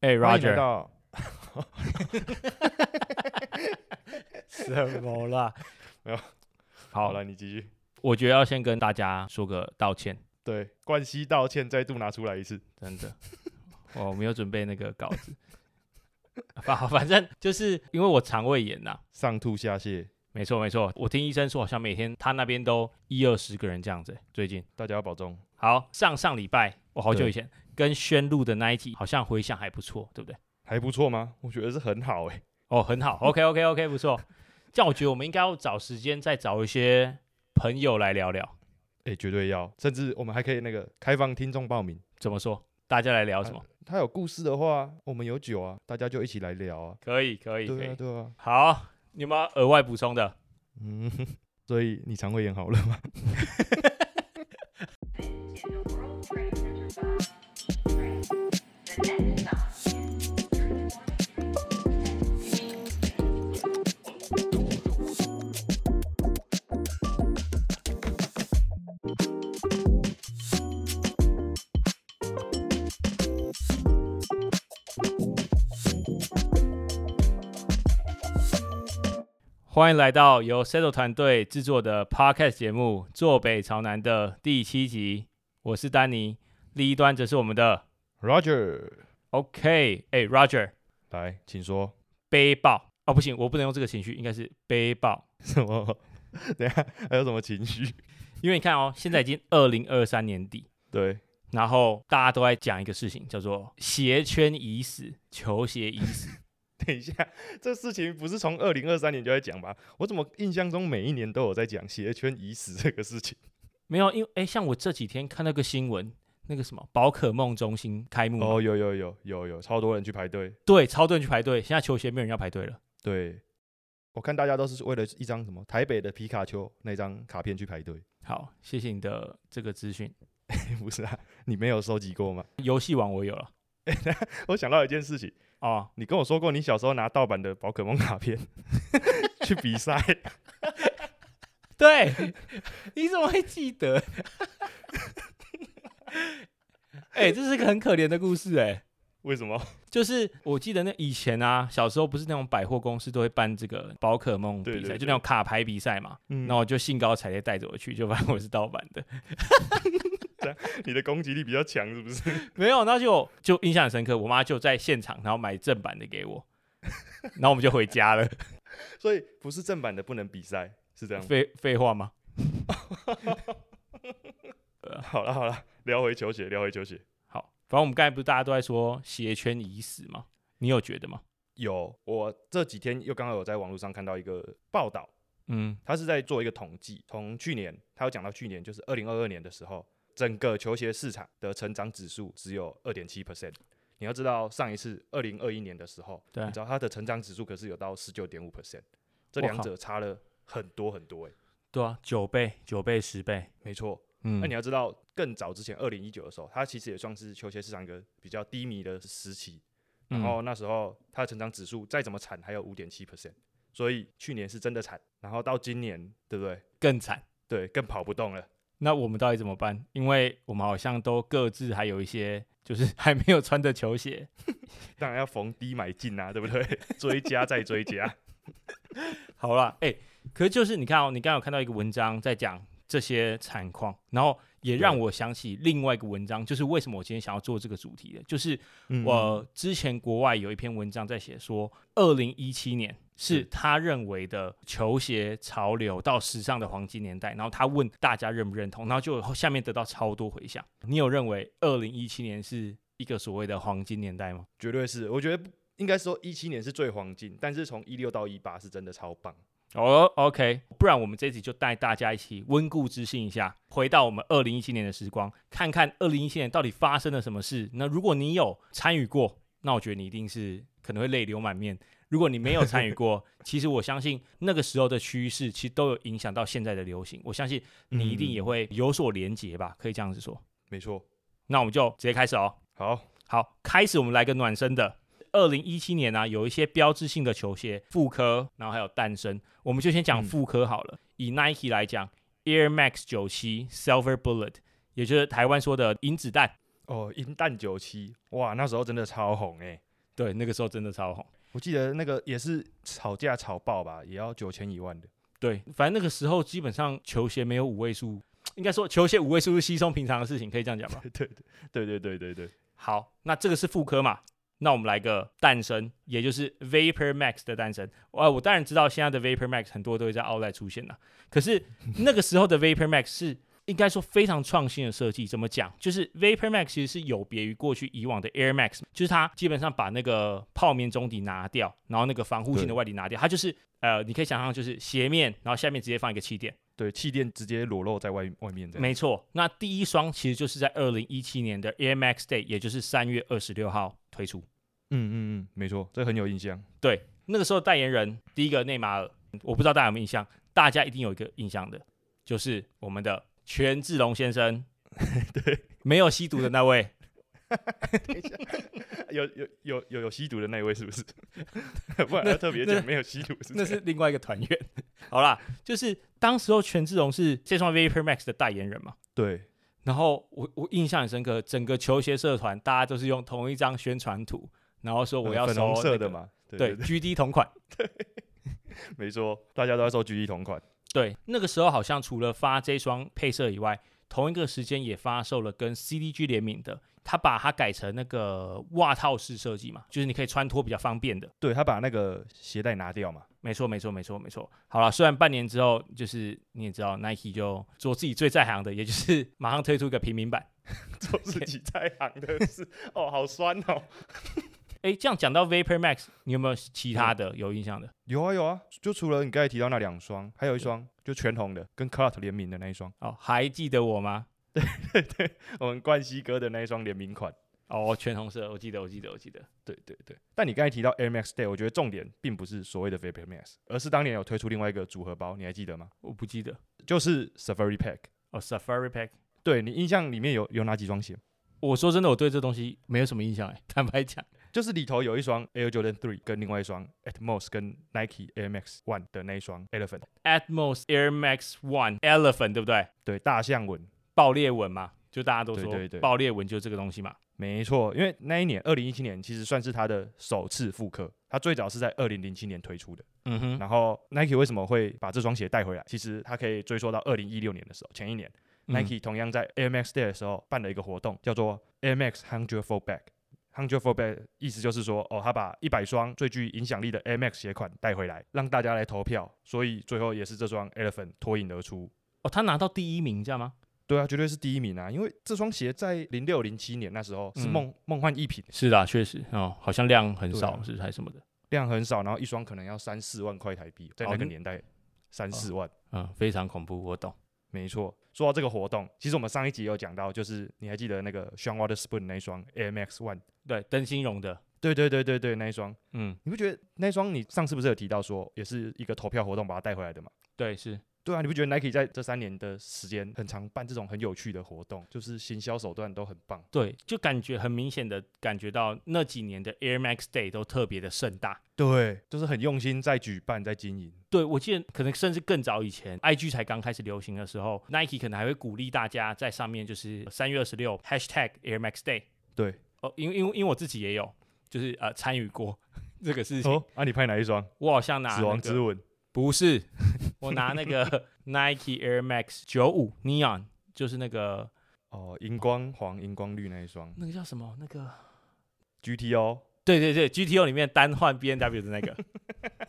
哎、欢迎来 Roger，到什么啦？没有，好好了，了，你继续。我觉得要先跟大家说个道歉，对，冠希道歉再度拿出来一次。真的，我没有准备那个稿子。 反反正就是因为我肠胃炎呐、上吐下泻，没错没错，我听医生说好像每天他那边都一二十个人这样子、最近大家要保重。好，上上礼拜我好久对以前跟轩录的那一集好像回响还不错，对不对？还不错吗？我觉得是很好哎、哦，很好，OK OK OK，不错。这样我觉得我们应该要找时间再找一些朋友来聊聊。哎、绝对要。甚至我们还可以那个开放听众报名，怎么说？大家来聊什么？他有故事的话，我们有酒啊，大家就一起来聊啊。可以可以可对啊，以。对啊。好，你有没有额外补充的？嗯， 所以你肠胃炎好了吗？欢迎来到由 Settle 团队制作的 Podcast 节目《坐北朝南》的第七集。我是丹尼，另一端则是我们的 Roger， OK，哎、r o g e r 来，请说背爆哦，不行，我不能用这个情绪，应该是背爆，什么？ 等一下还有什么情绪？因为你看哦，现在已经二零二三年底，对，然后大家都在讲一个事情，叫做鞋圈已死，球鞋已死。 等一下，这事情不是从二零二三年就在讲吧？我怎么印象中每一年都有在讲鞋圈已死这个 事情？没有，因为哎，像我这几天看那个新闻，那个什么宝可梦中心开幕嘛，哦，有有有有有，超多人去排队。对，超多人去排队，现在球鞋没有人要排队了。对，我看大家都是为了一张什么台北的皮卡丘那张卡片去排队。 好，谢谢你的这个资讯。不是啊，你没有收集过吗？ 游戏王我有了我想到一件事情，哦，你跟我说过你小时候拿盗版的宝可梦卡片 去比赛，对， 你怎么会记得？ 哎、这是个很可怜的故事哎、为 什么？就是我记得那以前啊，小时候不是那种百货公司都会办这个宝可梦比赛，对对对就那种卡牌比赛嘛。嗯那我就兴高采烈带着我去，就发现我是盗版的，你的攻击力比较强是不是？ 没有，那就就印象很深刻。我妈就在现场，然后买正版的给我，然后我们就回家 了。所以不是正版的不能比赛，是这样吗。 废废话吗？好了好了，聊回球鞋，聊回球鞋。好，反正我们刚才不是大家都在说鞋圈已死吗？你有觉得吗？有，我这几天又刚好有在网络上看到一个报道，嗯，他是在做一个统计，从去年，他有讲到去年就是二零二二年的时候，整个球鞋市场的成长指数只有二点七 percent。你要知道，上一次二零二一年的时候，对啊你知道它的成长指数可是有到十九点五 percent，这我两靠者差了很多很多、欸，对啊，九倍、九倍、十倍，没错。嗯那你要知道，更早之前二零一九的时候，它其实也算是球鞋市场一个比较低迷的时期。然嗯后那时候它的成长指数再怎么惨，还有五点七 percent，所以去年是真的惨。然后到今年，对不对？更惨。对，更跑不动了。那我们到底怎么办？因为我们好像都各自还有一些，就是还没有穿的球鞋。当然要逢低买进啊，对不对？ 追加再追加。 好啦，哎、可是就是你看哦，你刚刚有看到一个文章在讲这些惨况，然后也让对我想起另外一个文章，就是为什么我今天想要做这个主题的，就是嗯我之前国外有一篇文章在写说，二零一七年是是他认为的球鞋潮流到时尚的黄金年代，然后他问大家认不认同，然后就下面得到超多回响。你有认为二零一七年是一个所谓的黄金年代吗？绝对是，我觉得不应该说一七年是最黄金，但是从一六到一八是真的超棒。哦、o k 不然我们这一集就带大家一起温故知新一下，回到我们二零一七年的时光，看看二零一七年到底发生了什么事。那如果你有参与过，那我觉得你一定是可能会泪流满面；如果你没有参与过，其实我相信那个时候的趋势其实都有影响到现在的流行，我相信你一定嗯也会有所连结吧，可以这样子说。没错。那我们就直接开始哦。好，好，开始我们来个暖身的。二零一七年呢、有一些标志性的球鞋复刻，然后还有诞生。我们就先讲嗯复刻好了。以 Nike 来讲，Air Max 九七 Silver Bullet，也就是台湾说的银子弹。哦，银弹九七，哇，那时候真的超红哎、对，那个时候真的超红。我记得那个也是吵架吵爆吧，也要九千一万的。对，反正那个时候基本上球鞋没有五位数，应该说球鞋五位数是稀松平常的事情，可以这样讲吧？对对对对对，好，那这个是副科嘛？那我们来个诞生，也就是 Vapor Max 的诞生。呃，我当然知道现在的 Vapor Max 很多都会在 Outlet 出现了，可是那个时候的 Vapor Max 是应该说非常创新的设计。怎么讲？就是 Vapor Max 其实是有别于过去以往的 Air Max，就是它基本上把那个泡棉中底拿掉，然后那个防护性的对外底拿掉，它就是呃，你可以想象就是斜面，然后下面直接放一个气垫。对气垫直接裸露在外外面这样。没错，那第一双其实就是在二零一七年的 Air Max Day，也就是三月二十六号推出。嗯嗯嗯，没错，这很有印象。对，那个时候代言人第一个内马尔，我不知道大家有没有印象，大家一定有一个印象的，就是我们的权志龙先生， 对，没有吸毒的那位， 有有有有有吸毒的那一位 是不是？不然要特别那讲没有吸毒是那谁是另外一个团员。 好啦，就是当时候权志龙是这双 Vapor Max 的代言人嘛。对然后我我印象很深刻，整个球鞋社团大家都是用同一张宣传图，然后说我要收、粉那个、红色的，嘛，对对对 GD 同款。对没错，大家都要收 G D 同款。对，那个时候好像除了发这双配色以外，同一个时间也发售了跟 CDG 联名的，他把它改成那个袜套式设计嘛，就是你可以穿脱比较方便的。对他把那个鞋带拿掉 嘛，没错，没错，没错，没错。好了，虽然半年之后，就是你也知道，Nike 就做自己最在行的，也就是 马上推出一个平民版。做自己在行的 事，哦，好酸哦。诶，这样讲到 Vapor Max，你有没有其他的有印象的？有啊有啊，就除了你刚才提到那两双，还有一双就全红的，跟 Clout 联名的那一双，哦，还记得我吗？我们冠希哥的那一双联名款。哦，全红色，我记得，我记得，我记得。对对对，但你刚才提到 Air Max Day，我觉得重点并不是所谓的 Vapor Max，而是当年有推出另外一个组合包，你还记得吗？我不记得。就是 Safari Pack。哦，Safari Pack。对你印象里面有有哪几双鞋？我说真的，我对这东西没有什么印象诶，坦白讲。就是里头有一双 Air Jordan Three，跟另外一双 Atmos 跟 Nike Air Max One 的那一双 Elephant， Atmos Air Max One Elephant，对不对？对，大象纹。爆裂纹嘛，就大家都说对对对爆裂纹就这个东西嘛。没错，因为那一年二零一七年其实算是他的首次复刻，他最早是在二零零七年推出的。嗯哼，然后 Nike 为什么会把这双鞋带回来？其实它可以追溯到二零一六年的时候，前一年、嗯 Nike 同样在 Air Max Day 的时候办了一个活动，叫做 Air Max Hundred f o r Back。Hundred f o r Back 意思就是说，哦，他把一百双最具影响力的 Air Max 鞋款带回来，让大家来投票，所以最后也是这双 Elephant 脱颖而出。哦，他拿到第一名，这样吗？对啊，绝对是第一名啊！因为这双鞋在零六零七年那时嗯候是梦、梦幻一品，是的，确实哦，好像量很少少，是还是什么的。量很少，然后一双可能要三四万块台币，在那哦那个年代三四万。嗯，非常恐怖，我懂。没错，说到这个活动，其实我们上一集有讲到，就是你还记得那个 Sean Waterspoon 那一双 Air Max One？对，灯芯绒的，对对对对对，那一双，嗯，你不觉得那一双你上次不是有提到说，也是一个投票活动把它带回来的嘛？对，是对啊，你不觉得 Nike 在这三年的时间很常办这种很有趣的活动，就是行销手段都很棒？对，就感觉很明显的感觉到那几年的 Air Max Day 都特别的盛大。对，就是很用心在举办，在经营。对，我记得可能甚至更早以前，IG 才刚开始流行的时候，Nike 可能还会鼓励大家在上面，就是三月二十六 Hashtag Air Max Day，对，哦，因为因为因为我自己也有，就是呃参与过这个事情。哦，啊，你拍哪一双？我好像拿、那死亡个之吻。不是，我拿那个 Nike Air Max 九五 Neon，就是那个哦，荧光黄、荧光绿那一双那个叫什么那个。 GTO。对对对，GTO 里面单换 B N W 的那个。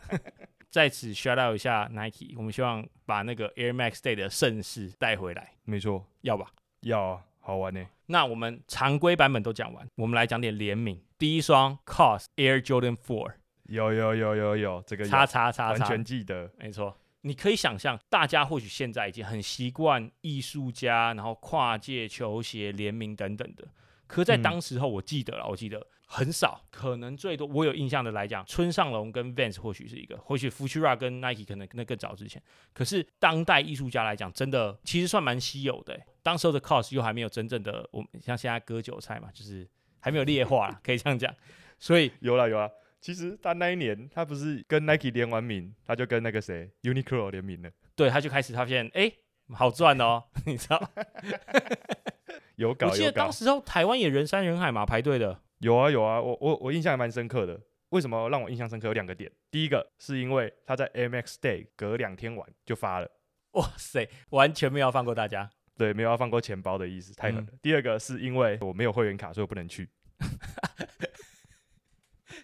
在此 shout out 一下 Nike，我们希望把那个 Air Max Day 的盛世带回来，没错，要吧？要啊，好玩呢、那我们常规版本都讲完，我们来讲点联名。第一双 COS Air Jordan Four，有有有有有，这个有叉叉叉完叉，全记得。没错，你可以想象，大家或许现在已经很习惯艺术家，然后跨界球鞋联名等等的。可在嗯当时候，我记得了，我记得很少，可能最多我有印象的来讲，村上龙跟 Vans 或许是一个，或许 Futura 跟 Nike 可能那更早之前。可是当代艺术家来讲，真的其实算蛮稀有的欸。当时候的 COS 又还没有真正的，我们像现在割韭菜嘛，就是还没有劣化啦，可以这样讲。所以有啦有啦，其实他那一年他不是跟 Nike 联完名，他就跟那个谁 Uniqlo 联名了，对他就开始发现，哎、好赚哦， 你知道。有搞我记有得搞当。时候台湾也人山人海嘛，排队的。 有啊有啊，我我我印象还蛮深刻的。为什么让我印象深刻？有两个点，第一个是因为它在 MX Day 隔两天晚就发了，哇塞，完全没有放过大家。对，没有要放过钱包的意思，太狠了。嗯第二个是因为我没有会员卡，所以我不能去。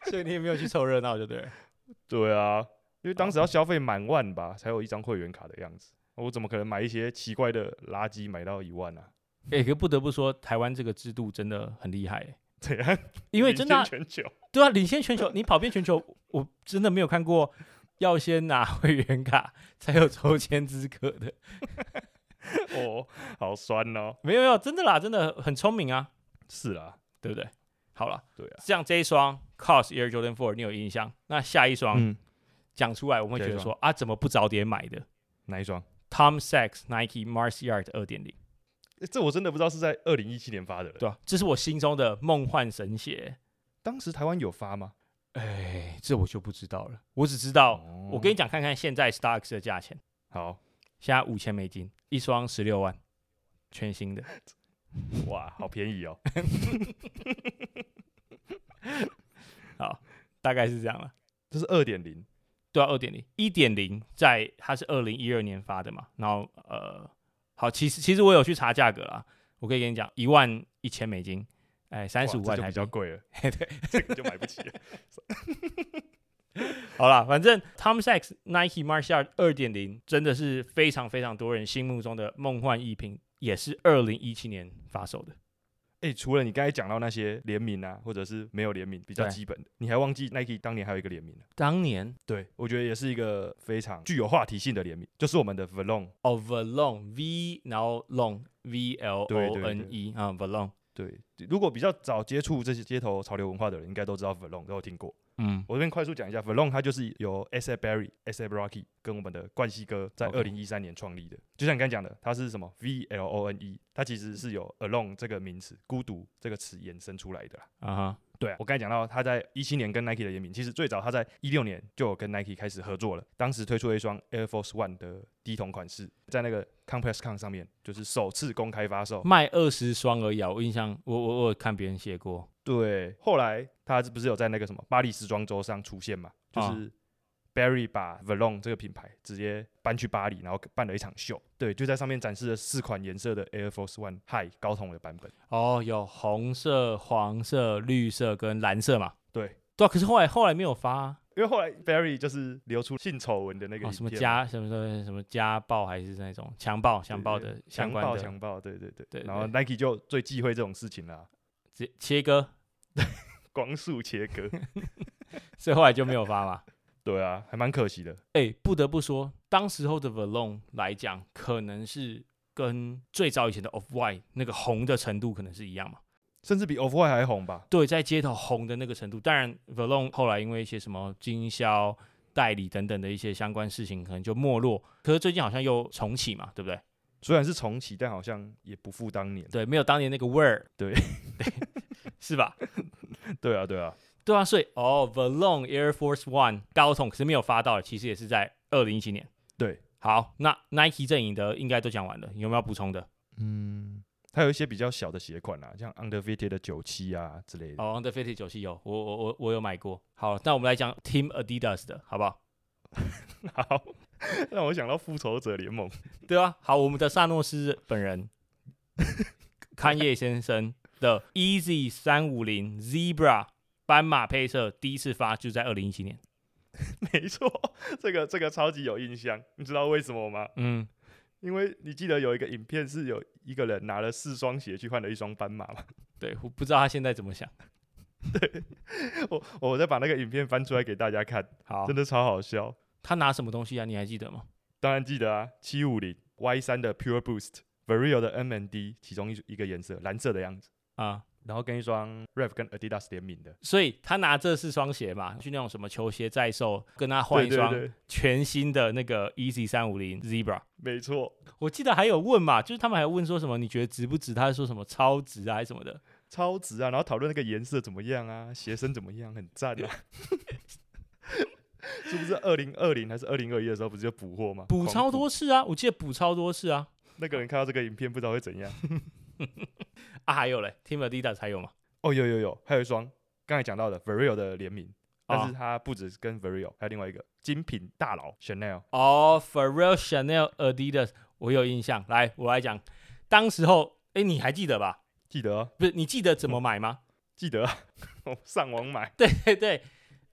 所以你也没有去凑热闹，就对 了。对啊，因为当哦时要消费满万吧，才有一张会员卡的样子。我怎么可能买一些奇怪的垃圾买到一万啊？ 哎、可不得不说，台湾这个制度真的很厉害、欸，怎样？因为真的啊、领先全球 对啊，领先全球，你跑遍全球，我真的没有看过要先拿会员卡才有抽签资格的。 哦，好酸哦。没有没有，真的啦，真的很聪明啊，是啊，对不对？好了，对啊。像这一双 Cos Air Jordan Four 你有印象，那下一双嗯，讲出来，我们会觉得下一说啊，怎么不早点买的哪一双？ ？Tom Sachs Nike Mars Yard 二点零，欸这我真的不知道是在二零一七年发的了。对啊，这是我心中的梦幻神鞋。当时台湾有发吗？哎，这我就不知道了，我只知道，哦我跟你讲，看看现在 Starks 的价钱，好现在五千美金一双，十六万，全新的。哇，好便宜哦。大概是这样了。这是二点零，对啊，二点零，一点零在它是二零一二年发的嘛，然后呃，好，其实其实我有去查价格啦，我可以跟你讲，一万一千美金，哎，三十五哇万台这就比币较。贵了。对，这个就买不起 了。好啦，反正 Tom Sachs Nike Marshall 二点零真的是非常非常多人心目中的梦幻逸品，也是二零一七年发售的。哎、除了你刚才讲到那些联名啊，或者是没有联名比较对基本的，你还忘记 Nike 当年还有一个联名了。当年对，我觉得也是一个非常具有话题性的联名，就是我们的 Velon。 of Valon V，然后 Long V L 对 O 对 N E 啊 Valon，对，如果比较早接触这些街头潮流文化的人，应该都知道 Velon，都有听过。嗯，我这边快速讲一下，Velon 它就是由 S. A. Barry、S. A. Rocky 跟我们的冠希哥在 OK 二零一三年创立的。就像你刚才讲的，它是什么 V L O N E，它其实是有 alone 这个名词、孤独这个词衍生出来的啦。啊哈，对啊，我刚才讲到他在一七年跟 Nike 的联名，其实最早他在一六年就有跟 Nike 开始合作了，当时推出了一双 Air Force One 的低筒款式，在那个 CompressCon 上面就是首次公开发售。卖二十双而已啊，我印象我我我有看别人写过，对，后来他不是有在那个什么巴黎时装周上出现嘛？就啊是 Barry 把 Velon 这个品牌直接搬去巴黎，然后办了一场秀，对，就在上面展示了四款颜色的 Air Force One High 高筒的版本。哦，有红色、黄色、绿色跟蓝色嘛？对，对啊，可是后来后来没有发啊，因为后来 Barry 就是流出性丑闻的那个、哦、什么。家什么什么什么家暴还是那种强暴、强暴的相强关暴的强暴，对对对。对然后 Nike 就最忌讳这种事情啦，直切割，光速切割。所以后来就没有发嘛。对啊，还蛮可惜的。哎、不得不说，当时候的 Velon 来讲，可能是跟最早以前的 Off White 那个红的程度可能是一样嘛。甚至比 Off White 还红吧？对，在街头红的那个程度。当然，Velon 后来因为一些什么经销、代理等等的一些相关事情，可能就没落。可是最近好像又重启嘛，对不对？虽然是重启，但好像也不复当年。 对，没有当年那个味儿。对对， 是吧？对啊，对啊，对啊，所以哦，Velon Air Force One 高筒可是没有发到，其实也是在二零一七年。对，好，那 Nike 阵营的应该都讲完了，有没有要补充的？嗯，它有一些比较小的鞋款啊，像 Underfitted 的九七啊之类的。哦，Under Fifty 九七有，我我我我有买过。好，那我们来讲 Team Adidas 的好不好？ 好， 让我想到复仇者联盟。 对啊，好，我们的萨诺斯本人，康业先生的 Easy 三五零 Zebra 斑马配色第一次发就在二零一七年。没错， 这个这个超级有印象。你知道为什么吗？嗯，因为你记得有一个影片是有一个人拿了四双鞋去换了一双斑马吗？ 对，我不知道他现在怎么想。我我再把那个影片翻出来给大家看，好真，的超好笑。他拿什么东西啊？你还记得吗？当然记得啊，七五零 Y 三的 Pure Boost、Vario 的 M and D 其中一一个颜色蓝色的样子，啊，然后跟一双 Rev 跟 Adidas 联名的，所以他拿这四双鞋嘛，去那种什么球鞋在售，跟他换一对嗯对双对，全新的那个 Easy 三五零 Zebra。没错，我记得还有问嘛，就是他们还有问说什么，你觉得值不值？他说什么超值啊，还是什么的。超值啊！然后讨论那个颜色怎么样啊，鞋身怎么样，很赞啊。 是不是二零二零还是二零二一的时候不是就补货吗？补狂超多次啊，我记得补超多次啊。那个人看到这个影片不知道会怎样。啊，还有嘞，Team Adidas 还有吗？哦，有有有，还有一双刚才讲到的 Vario 的联名，但哦是它不止跟 Vario，还有另外一个精品大佬 Chanel。哦、f a r r e l l Chanel Adidas，我有印象。来，我来讲，当时候，哎，你还记得吧？记得哦不是，你记得怎么买吗？记得哦， 我上网买。对对，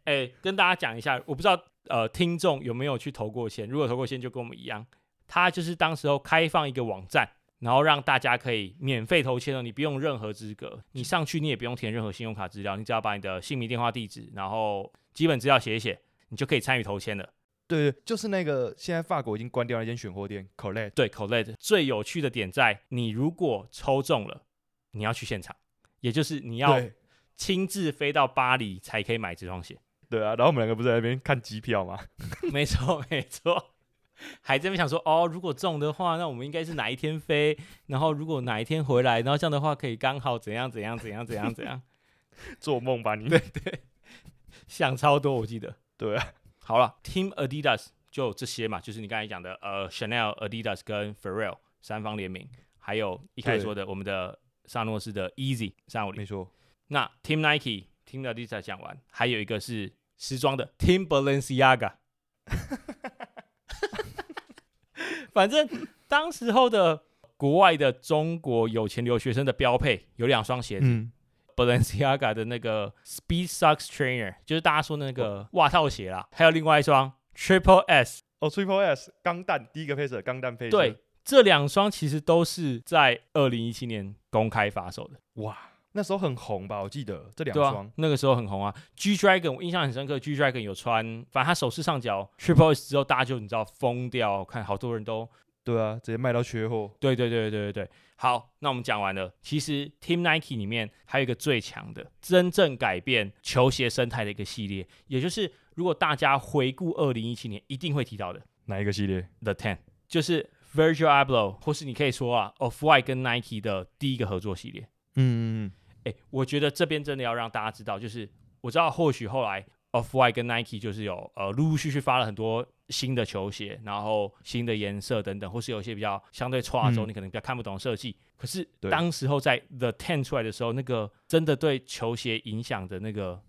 哎，跟大家讲一下，我不知道呃听众有没有去投过钱，如果投过钱就跟我们一样，他就是当时候开放一个网站，然后让大家可以免费投签哦，你不用任何资格，你上去你也不用填任何信用卡资料，你只要把你的姓名、电话、地址，然后基本资料写一写，你就可以参与投签了。对对，就是那个现在法国已经关掉那间选货店 Colette。对 c o l l e t 最有趣的点在，你如果抽中了，你要去现场，也就是你要对亲自飞到巴黎才可以买这双鞋。对啊，然后我们两个不是在那边看机票吗？ 没错，没错。 还在那边想说，哦，如果中的话，那我们应该是哪一天飞？然后如果哪一天回来，然后这样的话可以刚好怎样怎样怎样怎样怎 样，做梦吧你。对想超多，我记得。对啊，好了，Team Adidas 就这些嘛，就是你刚才讲的，呃，Chanel、Adidas 跟 Farrell 三方联名，还有一开始对说的我们的萨诺斯的 Easy 三五零。没错。那 Team Nike、Team Adidas 讲完，还有一个是时装的 Team Balenciaga。反正当时候的国外的中国有钱留学生的标配有两双鞋子、嗯， b a l e n c i a g a 的那个 Speed Socks Trainer，就是大家说的那个袜套鞋啦，还有另外一双 Triple S。哦，Triple S 钢弹第一个配色，钢弹配色。对，，这两双其实都是在二零一七年公开发售的。哇，那时候很红吧？我记得这两对双啊。，那个时候很红啊。G Dragon 我印象很深刻，G Dragon 有穿，反正他首饰上脚 Triple S 之后，大家就你知道疯掉，看好多人都对啊，直接卖到缺货。对对对对对对。好，那我们讲完了。其实 Team Nike 里面还有一个最强的，真正改变球鞋生态的一个系列，也就是如果大家回顾二零一七年，一定会提到的哪一个系列？ The Ten，就是 Virgil Abloh，或是你可以说啊 Off White 跟 Nike 的第一个合作系列。嗯嗯嗯，哎、我觉得这边真的要让大家知道，就是我知道或许后来 Off White 跟 Nike 就是有呃陆陆续续发了很多新的球鞋，然后新的颜色等等，或是有一些比较相对错的时候，嗯你可能比较看不懂的设计。可是对当时候在 The Ten 出来的时候，那个真的对球鞋影响的那个，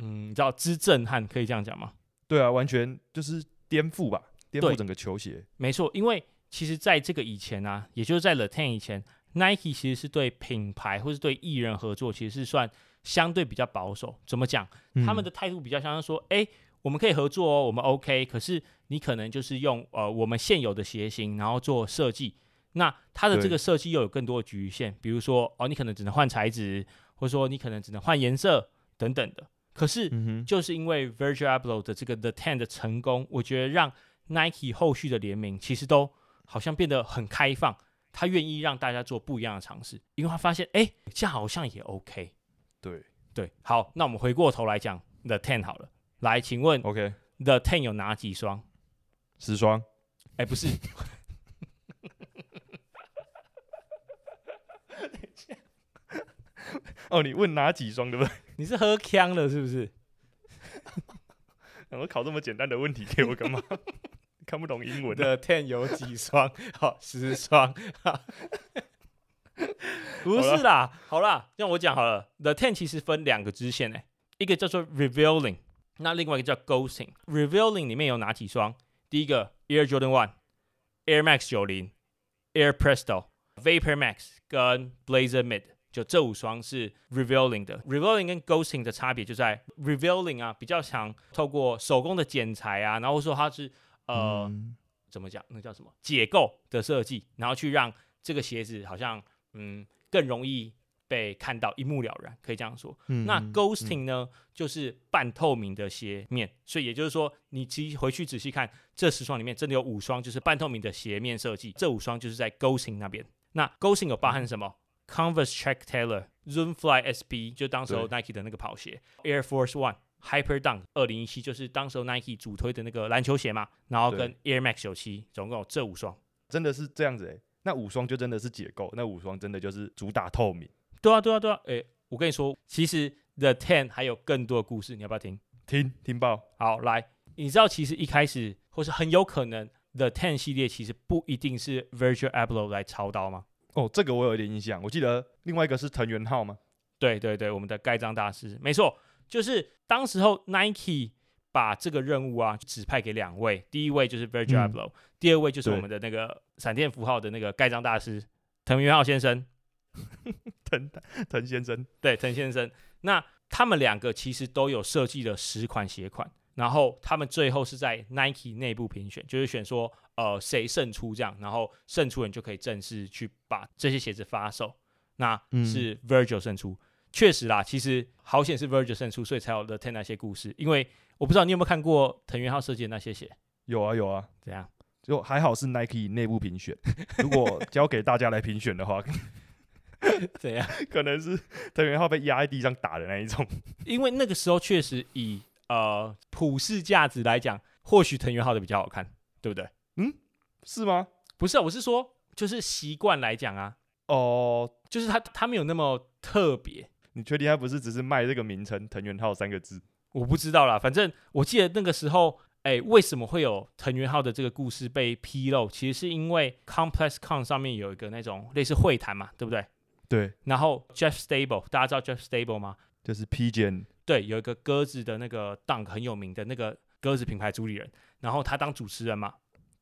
嗯，你知道之震撼，可以这样讲吗？对啊，完全就是颠覆吧，颠覆对整个球鞋。没错，因为其实在这个以前啊，也就是在 The Ten 以前，Nike 其实是对品牌或是对艺人合作，其实是算相对比较保守。怎么讲？他们的的态度比较像是说，哎、我们可以合作哦，我们 OK，可是你可能就是用呃我们现有的鞋型，然后做设计。那它的这对个设计又有更多的局限，比如说哦，你可能只能换材质，或者说你可能只能换颜色等等的。可是嗯哼，就是因为 Virgil Abloh 的这个 The Ten 的成功，我觉得让 Nike 后续的联名其实都好像变得很开放，他愿意让大家做不一样的尝试，因为他发现哎、诶这样好像也 OK。对对，好，那我们回过头来讲 The Ten 好了。来，请问，OK， The Ten 有哪几双？十双，哎，不是，哦，你问哪几双对不 对？你是喝呛了是不是？我考这么简单的问题给我干嘛？ 看不懂英文啊 的，The Ten 有几双？好，十双。不是啦，好啦，让我讲好了。The Ten 其实分两个支线诶、欸一个叫做 Revealing，那另外一个叫 Ghosting。Revealing 里面有哪几双？第一个 Air Jordan One、Air Max 九零、Air Presto、Vapor Max 跟 Blazer Mid，就这五双是 Revealing 的。Revealing 跟 Ghosting 的差别就在 Revealing 啊，比较常透过手工的剪裁啊，然后说它是呃。嗯怎么讲？那叫什么解构的设计，然后去让这个鞋子好像嗯更容易被看到，一目了然，可以这样说。那嗯 ghosting 呢，就是半透明的鞋面，所以也就是说，你其实回去仔细看这十双里面，真的有五双就是半透明的鞋面设计，这五双就是在 ghosting 那边。那 ghosting 有包嗯含什么？Converse Check Taylor、Zoom Fly SB，就当时候 Nike 的那个跑鞋，Air Force One。Hyper Dunk 二零一七就是当时候 Nike 主推的那个篮球鞋嘛，然后跟 Air Max 九七，总共有这五双。真的是这样子哎、那五双就真的是解构，那五双真的就是主打透明，对啊，对啊，对啊。诶，我跟你说，其实 The Ten 还有更多的故事，你要不要听？听听爆，好，来，你知道其实一开始或是很有可能 The Ten 系列其实不一定是 Virgil Abloh 来操刀吗？哦，这个我有一点印象，我记得另外一个是藤原浩吗？对对对，我们的盖章大师，没错，就是当时候 Nike 把这个任务啊指派给两位，第一位就是 Virgil 嗯 Abloh，、第二位就是我对们的那个闪电符号的那个盖章大师藤原浩先生，藤 藤先生，对，藤先生。那他们两个其实都有设计了十款鞋款，然后他们最后是在 Nike 内部评选，就是选说呃谁胜出这样，然后胜出人就可以正式去把这些鞋子发售。那嗯是 Virgil 胜出，确实啦，其实好险是 Virgil 胜出，所以才有 The Ten 那些故事。因为我不知道你有没有看过藤原浩设计的那些鞋，有啊有啊，怎样？就还好是 Nike 内部评选，如果交给大家来评选的话， 怎样？可能是藤原浩被压在地上打的那一种。因为那个时候确实以呃普世价值来讲，或许藤原浩的比较好看，对不对？是吗？不是、啊，我是说，就是习惯来讲啊，哦，就是他他没有那么特别，你确定他不是只是卖这个名称“藤原浩”三个字？我不知道啦。反正我记得那个时候，哎、为什么会有藤原浩的这个故事被披露？其实是因为 Complex Con 上面有一个那种类似会谈嘛，对不对？对，然后 Jeff Stable，大家知道 Jeff Stable 吗？就是 Pigeon。对，有一个鸽子的那个 Dunk 很有名的那个鸽子品牌主理人，然后他当主持人嘛，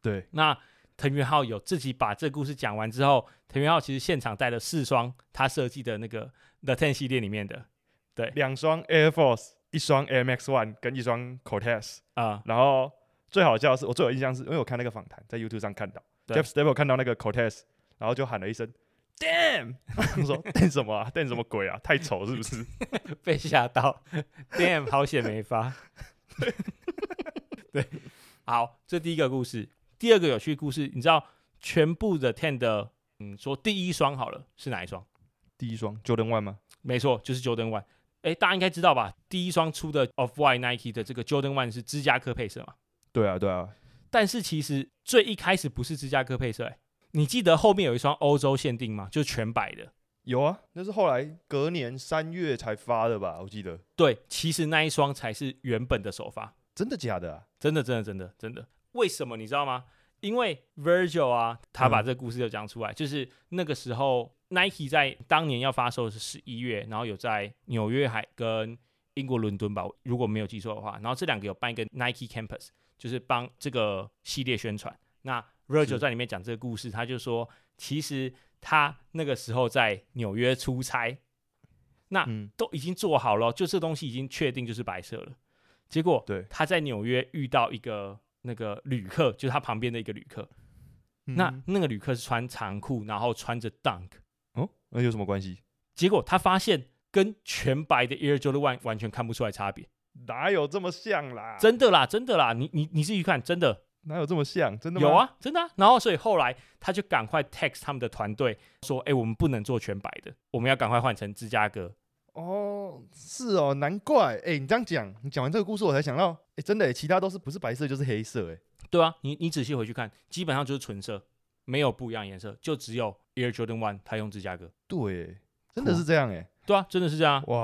对，那藤原浩有自己把这个故事讲完之后，藤原浩其实现场带了四双他设计的那个 The Ten 系列里面的两双 Air Force，一双 Air Max One 跟一双 Cortez。啊、然后最好笑的是，我最有印象是因为我看那个访谈，在 YouTube 上看到对 Jeff Staple 看到那个 Cortez，然后就喊了一声 “Damn”，我 说 “Damn 什么啊？Damn 什么鬼啊？太丑是不是被吓到，damn，好险没发。 对，好，这第一个故事。第二个有趣故事，你知道全部的 Ten 的，嗯，说第一双好了是哪一双？？” 第一双 Jordan One 吗？没错，就是 Jordan One。哎，大家应该知道吧？第一双出的 Off White Nike 的这个 Jordan One 是芝加哥配色嘛？对啊，对啊，但是其实最一开始不是芝加哥配色、欸，你记得后面有一双欧洲限定吗？就是全白的。有啊，那是后来隔年三月才发的吧？我记得，对，其实那一双才是原本的首发，真的假的啊？真的，真的，真的，真的。为什么你知道吗？因为 Virgil 啊，他把嗯这个故事就讲出来，就是那个时候 Nike 在当年要发售是十一月，然后有在纽约还跟英国伦敦吧，如果没有记错的话，然后这两个有办一个 Nike Campus，就是帮这个系列宣传。那 Virgil 是在里面讲这个故事，他就说，其实他那个时候在纽约出差，啊嗯，都已经做好了，就这东西已经确定就是白色了。结果对他在纽约遇到一个那个旅客，就是他旁边的一个旅客。那嗯那个旅客是穿长裤，然后穿着 Dunk。哦，那有什么关系？结果他发现跟全白的 Air Jordan One 完全看不出来差别，哪有这么像啦？真的啦，真的啦，你你你自己看，真的哪有这么像？真的吗有？啊，真的、啊。然后所以后来他就赶快 text 他们的团队说，哎、我们不能做全白的，我们要赶快换成芝加哥。哦，是哦，难怪。哎、你这样讲，你讲完这个故事，我才想到，哎、真的、其他都是不是白色就是黑色、哎，对啊，你你仔细回去看，基本上就是纯色，没有不一样颜色，就只有 Air Jordan One 它用芝加哥。对、真的是这样、哎，对啊，真的是这样啊，哇，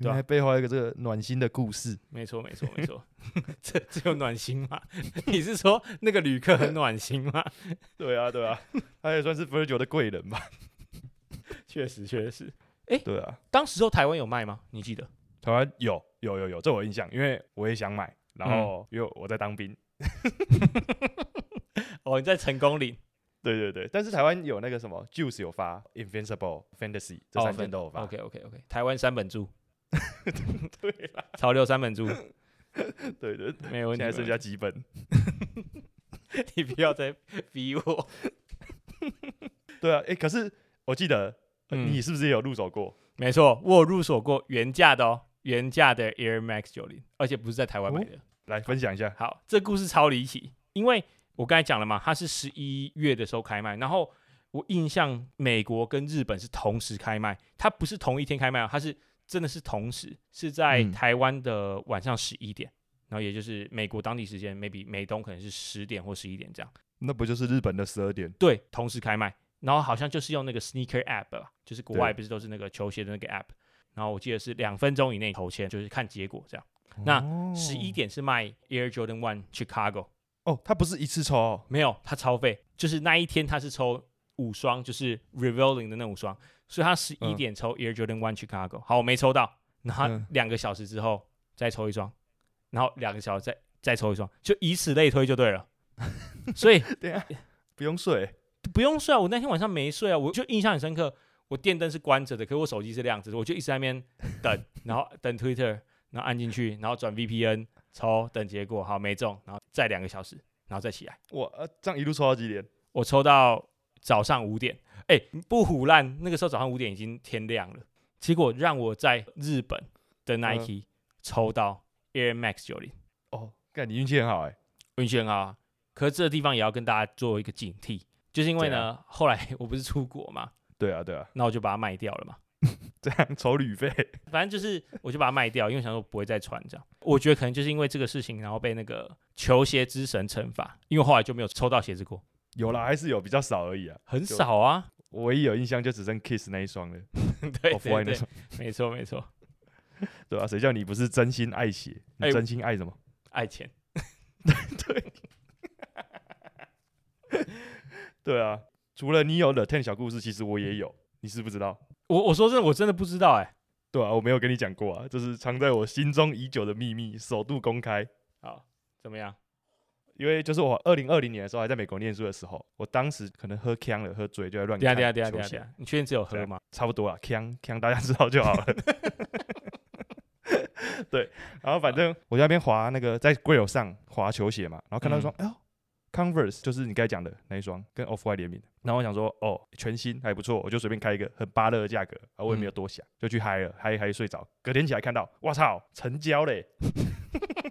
对啊原来背后还有一个这个暖心的故事。没错没错没错， 这这有暖心吗？ 你是说那个旅客很暖心吗？ 对啊，对 啊，他也算是 Virgil 的贵人吧？确实确实， 对啊，当时候台湾有卖吗？你记得？台湾有有有有，这我有印象，因为我也想买，然后因为我在当兵，哦，你在成功岭对对对，但是台湾有那个什么 Juice 有发 Invincible、Fantasy 这三件都有发。 OK OK OK，台湾三本柱，对潮流三本柱，对对对，没有问现题。没问在剩题下几本？你不要再逼我。对啊，哎、可是我记得、呃嗯你是不是也有入手过？没错，我有入手过原价的哦，原价的 Air Max 九零，而且不是在台湾买的。来分享一下。好，这故事超离奇，因为我刚才讲了嘛，它是十一月的时候开卖，然后我印象美国跟日本是同时开卖，它不是同一天开卖哦，它是真的是同时，是在嗯台湾的晚上十一点，然后也就是美国当地时间，maybe 美东可能是十点或十一点这样，那不就是日本的十二点？对，同时开卖，然后好像就是用那个 sneaker app 吧，就是国外对不是都是那个球鞋的那个 app，然后我记得是两分钟以内投签，就是看结果这样，哦那十一点是卖 Air Jordan One Chicago。哦，它不是一次抽、哦，没有，他超费，就是那一天他是抽五双，就是 Revealing 的那五双，所以他十一嗯点抽 Air Jordan One Chicago，好，我没抽到，然后嗯两个小时之后再抽一双，然后两个小时再再抽一双，就以此类推就对 了。所以对啊，不用睡，不用睡啊，我那天晚上没睡啊，我就印象很深刻，我电灯是关着的，可是我手机是亮着的，我就一直在那边等，然后等 Twitter，然后按进去，然后转 VPN 抽，等结果好没中，然后再两个小时，然后再起来。我呃这样一路抽到几点？我抽到早上五点，哎、不胡乱，那个时候早上五点已经天亮了，结果让我在日本的 Nike 抽到 Air Max 九零，哦，干你运气很好哎、运气很好啊。可是这个地方也要跟大家做一个警惕，就是因为怎呢，后来 我不是出国嘛，对啊对啊，那我就把它卖掉了嘛。这样筹旅费，反正就是，我就把它卖掉，因为想说不会再穿这样。我觉得可能就是因为这个事情，然后被那个球鞋之神惩罚，因为后来就没有抽到鞋子过，有啦还是有，比较少而已啊。很少啊。哦我唯一有印象就只剩 Kiss 那一双了 对，Off 对 White 那对，双，没错没错，对吧、啊？谁叫你不是真心爱鞋，哎你真心爱什么？爱钱。对啊，除了你有 The Ten 小故事，其实我也有，你是不知道。我我说真的，我真的不知道哎、对啊，我没有跟你讲过啊，这是藏在我心中已久的秘密，首度公开。好，怎么样？因为就是我二零二零年的时候还在美国念书的时候，我当时可能喝呛了，喝醉就在乱等一下看等一下等一下球等一下鞋等一下，你确定只有喝吗？差不多啊，呛呛大家知道就好了。 对，然后反正我在那边滑那个在柜友上滑球鞋嘛，然后看到一双，哎呦，Converse 就是你刚才讲的那一双，跟 Off White 联名的。然后我想说，哦，全新还不错，我就随便开一个很巴乐的价格，然后我也没有多想，就去嗨了，嗨一嗨睡着，隔天起来看到，哇操，成交嘞！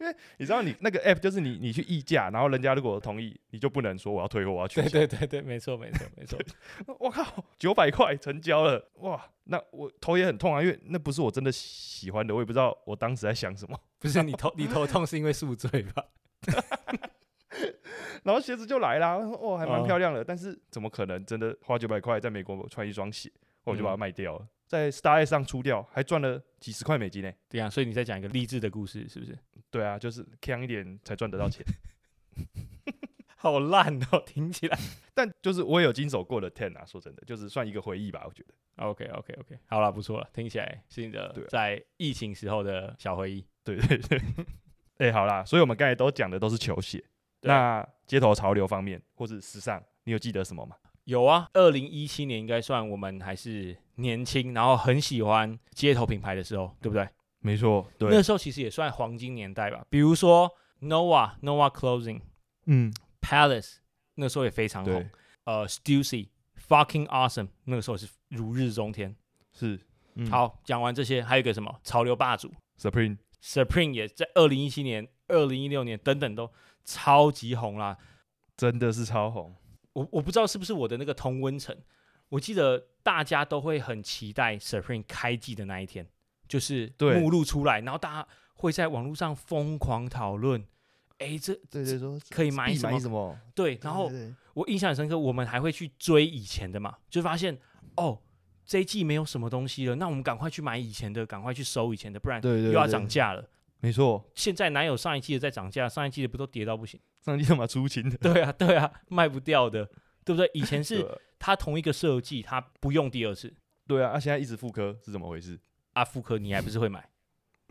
因为你知道你那个 app 就是你你去议价，然后人家如果同意，你就不能说我要退货，我要取消。对对对，没错没错没错。我靠，九百块成交了，哇！那我头也很痛啊，因为那不是我真的喜欢的，我也不知道我当时在想什么。 不是你头你头痛是因为宿醉吧？然后鞋子就来啦，我说哦，还蛮哦漂亮的，但是怎么可能真的花九百块在美国穿一双鞋，我就把它嗯卖掉了，在 Star 上出掉，还赚了几十块美金呢、 对啊，所以你在讲一个励志的故事是不是？对啊，就是强一点才赚得到钱， 好烂哦，听起 来。但就是我也有经手过的 Ten 啊，说真的，就是算一个回忆吧，我觉得。 OK OK OK，好了，不错了，听起来是你的对啊在疫情时候的小回忆。对对对， 哎、好啦，所以我们刚才都讲的都是球鞋，对那街头潮流方面或是时尚，你有记得什么吗？有啊，二零一七年应该算我们还是年轻，然后很喜欢街头品牌的时候，对不对？没错，那，时候其实也算黄金年代吧，比如说 Nova Nova Clothing、嗯， Palace，那时候也非常红对。，呃 Stussy Fucking Awesome，那个时候是如日中天。是，嗯好，讲完这些，还有一个什么潮流霸主，Supreme， Supreme 也在二零一七年、二零一六年等等都超级红啦。真的是超红，我我不知道是不是我的那个同温层，我记得大家都会很期待 Supreme 开季的那一天，就是对目录出来，然后大家会在网络上疯狂讨论，哎，这对对说可以买必什么？什么，对，然后对对对我印象很深刻，我们还会去追以前的嘛，就发现哦，这一季没有什么东西了，那我们赶快去买以前的，赶快去收以前的，不然对对又对要对涨价了。没错，现在哪有上一季的在涨价？上一季的不都跌到不行？ 上帝他妈出勤的，对啊，对啊，卖不掉的，对不对？以前是 对啊它同一个设计，它不用第二次对啊，啊，现在一直复刻是怎么回事？啊，复刻你还不是会买？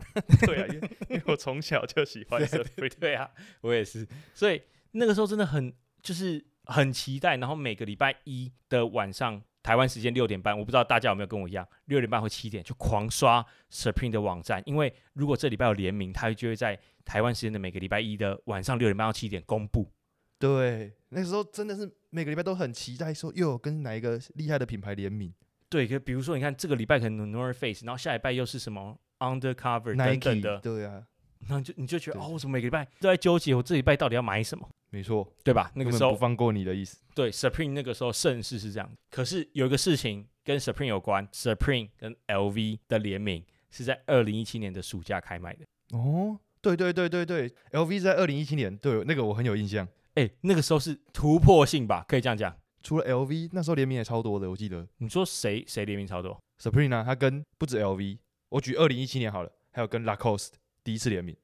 对啊，因为因为我从小就喜欢 Supreme， 对啊，我也是，所以那个时候真的很就是很期待，然后每个礼拜一的晚上，台湾时间六点半，我不知道大家有没有跟我一样，六点半或七点就狂刷 Supreme 的网站，因为如果这礼拜有联名，它就会在台湾时间的每个礼拜一的晚上六点半到七点公布。 对，那时候真的是每个礼拜都很期待，说又有跟哪一个厉害的品牌联名，对，可比如说你看这个礼拜可能 North Face，然后下礼拜又是什么 Undercover 等等的，对啊，然后你就你就觉得对哦，我怎么每个礼拜都在纠结我这礼拜到底要买什么，没错，对吧？那根个本时候不放过你的意思，对 Supreme 那个时候盛世是这样，可是有一个事情跟 Supreme 有关，Supreme 跟 LV 的联名是在二零一七年的暑假开卖的。哦，对对对对对，LV 在二零一七年，对那个我很有印象，哎，那个时候是突破性吧，可以这样讲。除了 LV 那时候联名也超多的，我记得。你说谁谁联名超多？ Supreme 呢，它跟不止 LV，我举二零一七年好了，还有跟 Lacoste 第一次联名，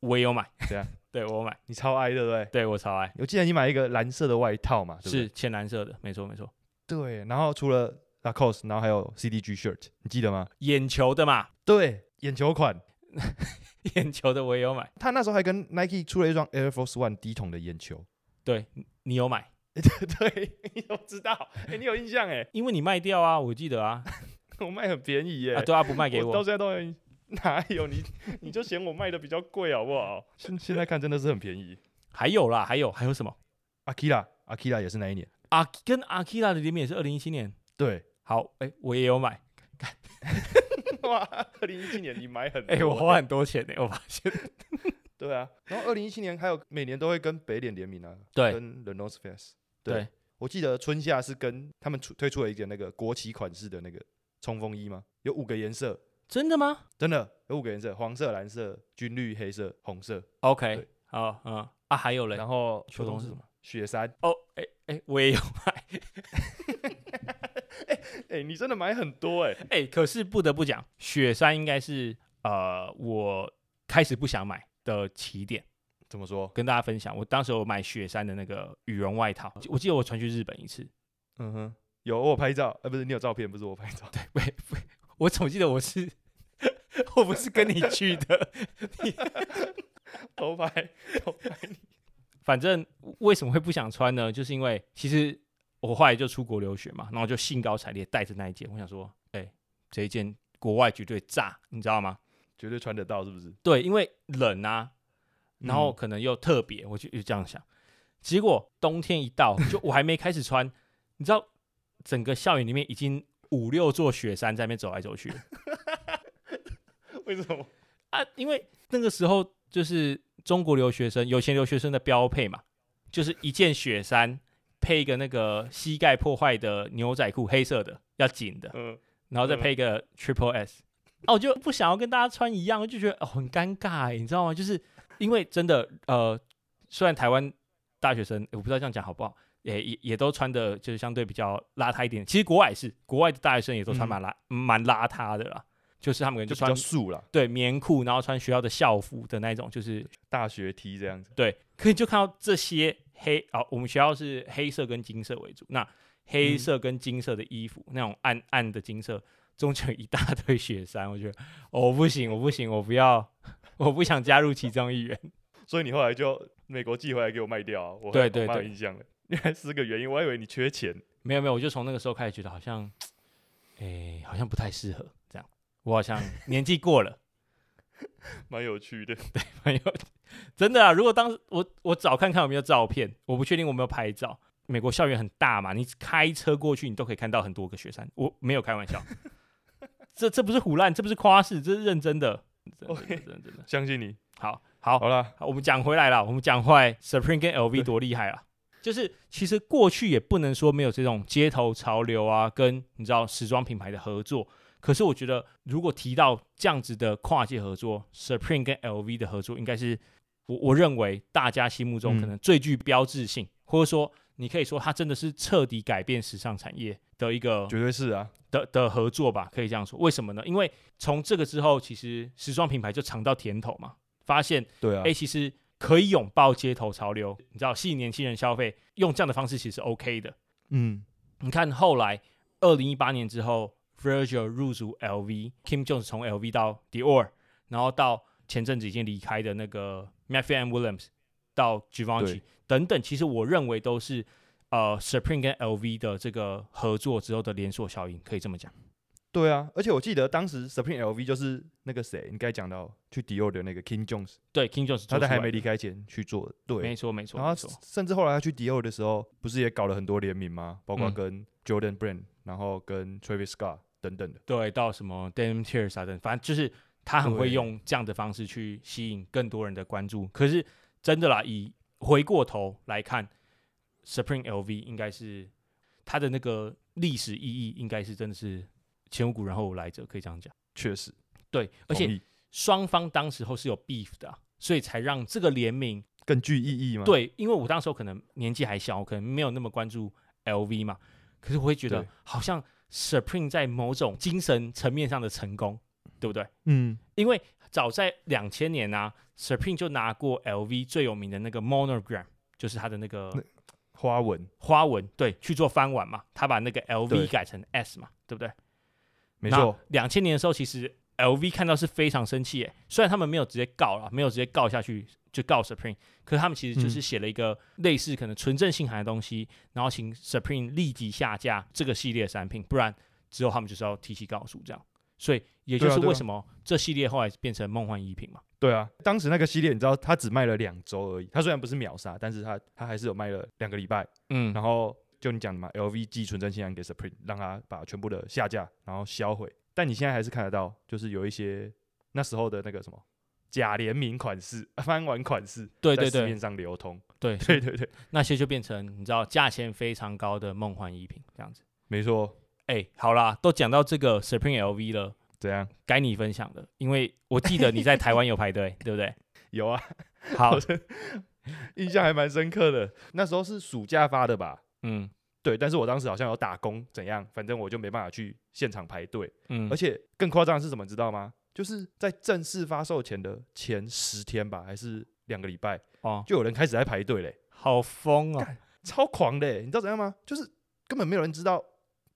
我也有买，对啊， 对我有买，你超爱对不对？对我超爱，我记得你买一个蓝色的外套嘛，对不对？是浅蓝色的，没错没错。对，然后除了 Lacoste，然后还有 CDG shirt，你记得吗？眼球的嘛， 对，眼球款，眼球的我也有买，他那时候还跟 Nike 出了一双 Air Force One 低筒的眼球。 对你有买，对，你都知道，哎、你有印象哎，因为你卖掉啊，我记得啊，我卖很便宜耶，啊对啊， 不卖给到我，现在都有印。哪有你？你就嫌我卖的比较贵好不好？ 现现在看真的是很便宜。还有啦，还有还有什么？ Akira Akira 也是那一年，阿跟阿 k i r a 的联名也是二零一七年，对，好，哎、我也有买， 哇，二零一七年你买很 哎、多欸我花很多钱呢、我发现，对啊，然后二零一七年还有每年都会跟北脸联名啊，对跟 Renault Space。对对，我记得春夏是跟他们出推出了一个那个国旗款式的那个冲锋衣吗？有五个颜色，真的吗真的有五个颜色：黄色、蓝色、军绿、黑色、红色。 ？OK，对好，嗯啊，还有嘞，然后秋秋冬冬是是什么？雪山。哦，哎、哎、我也有买，哎、你真的买很多哎、哎、可是不得不讲，雪山应该是呃我开始不想买的起点。怎么说？跟大家分享，我当时有买雪山的那个羽绒外套，我记得我穿去日本一次， 嗯哼，有我有拍照，呃，不是你有照片，不是我拍照。我总记得我是 我不是跟你去的，偷拍。 反正为什么会不想穿呢？就是因为其实我后来就出国留学嘛，然后我就兴高采烈带着那一件，我想说，哎、这一件国外绝对炸，你知道吗？绝对穿得到，是不是？对，因为冷啊，然后可能又特别，我就就这样想。结果冬天一到，就我还没开始穿，你知道，整个校园里面已经五六座雪山在那边走来走去了为什么？啊，因为那个时候就是中国留学生、有钱留学生的标配嘛，就是一件雪衫配一个那个膝盖破坏的牛仔裤，黑色的要紧的，嗯，然后再嗯配一个 Triple S。啊，我就不想要跟大家穿一样，我就觉得哦很尴尬欸，你知道吗？就是因为真的呃，虽然台湾大学生，欸我不知道这样讲好不好，也也也都穿的就是相对比较邋遢一点。其实国外也是，国外的大学生也都穿蛮邋、蛮邋遢的啦，就是他们可能嗯就就比穿较素啦，对棉裤，然后穿学校的校服的那一种，就是大学 T 这样子。对，可以就看到这些黑啊、我们学校是黑色跟金色为主，那黑嗯色跟金色的衣服，那种暗暗的金色，中间有一大堆雪山，我觉得、哦、我不行，我不行，我不要，我不想加入其中一员。 所以你后来就美国寄回来给我卖掉啊？我对对我蛮有对印象的。原来是个原因，我还以为你缺钱。没有没有，我就从那个时候开始觉得好像，哎，好像不太适合这样，我好像年纪过了，蛮有趣的。没有，真的啊！如果当时我我找看看有没有照片，我不确定我有没有拍照。美国校园很大嘛，你开车过去，你都可以看到很多个雪山。我没有开玩笑，这这不是胡乱，这不是夸饰，这是认真的，真的 OK 真的真的真的。相信你。好好好啦，好，我们讲回来了，我们讲回 Supreme 跟 LV 对多厉害啊！就是其实过去也不能说没有这种街头潮流啊，跟你知道时装品牌的合作。可是我觉得，如果提到这样子的跨界合作，Supreme 跟 LV 的合作，应该是我我认为大家心目中嗯可能最具标志性，或者说你可以说它真的是彻底改变时尚产业的一个绝对是啊。的的合作吧，可以这样说。为什么呢？因为从这个之后，其实时装品牌就尝到甜头嘛，发现对啊哎、其实可以拥抱街头潮流，你知道，吸引年轻人消费，用这样的方式其实是 OK 的。嗯，你看后来，二零一八年之后，Virgil 入主 LV，Kim Jones 从 LV 到 Dior，然后到前阵子已经离开的那个 Matthew and Williams 到 Givenchy 对等等，其实我认为都是呃 Supreme 跟 LV 的这个合作之后的连锁效应，可以这么讲。对啊。而且我记得当时 Supreme LV 就是那个谁，你刚才讲到去迪奥的那个 King Jones，对，Kim Jones 做他在出还来没的离开前去做的。没对。错没错然后没错，甚至后来他去迪奥的时候，不是也搞了很多联名吗？包括嗯跟 Jordan Brand，然后跟 Travis Scott 等等的。对，到什么 Damn Tears 啊等，反正就是他很会对用这样的方式去吸引更多人的关注。可是真的啦，以回过头来看，Supreme LV 应该是它的那个历史意义，应该是真的是前无古人后无来者，可以这样讲。确实，对，而且同意双方当时候是有 beef 的啊、所以才让这个联名更具意义嘛。对，因为我当时候可能年纪还小，我可能没有那么关注 LV 嘛，可是我会觉得对好像 Supreme 在某种精神层面上的成功，对不对？嗯，因为早在两千年啊，Supreme 就拿过 LV 最有名的那个 monogram，就是它的那个那花纹，花纹对去做翻碗嘛，他把那个对 LV 改成 S 嘛，对不对？没错，，两千年的时候，其实 LV 看到是非常生气耶，虽然他们没有直接告了，没有直接告下去就告 Supreme，可是他们其实就是嗯写了一个类似可能纯正信函的东西，然后请 Supreme 立即下架这个系列的产品，不然之后他们就是要提起告诉这样。所以也就对啊是对啊为什么这系列后来变成梦幻一品嘛。对啊，当时那个系列你知道，它只卖了两周而已，它虽然不是秒杀，但是它它还是有卖了两个礼拜，嗯然后就你讲的嘛，LV 寄纯正信函给 Supreme，让他把全部的下架，然后销毁。但你现在还是看得到，就是有一些那时候的那个什么假联名款式、翻玩款式，对对在市对面上流通。 对，对对对，那些就变成你知道价钱非常高的梦幻一品这样子。没错，哎、好啦，都讲到这个 Supreme LV 了，怎样？该你分享了，因为我记得你在台湾有排队，对不对？有啊， 好，印象还蛮深刻的。那时候是暑假发的吧？嗯对，但是我当时好像有打工，怎样？反正我就没办法去现场排队。嗯而，且更夸张的是什么，你知道吗？就是在正式发售前的前十天吧，还是两个礼拜，哦，就有人开始在排队嘞、好疯哦，干超狂的欸、你知道怎样吗？就是根本没有人知道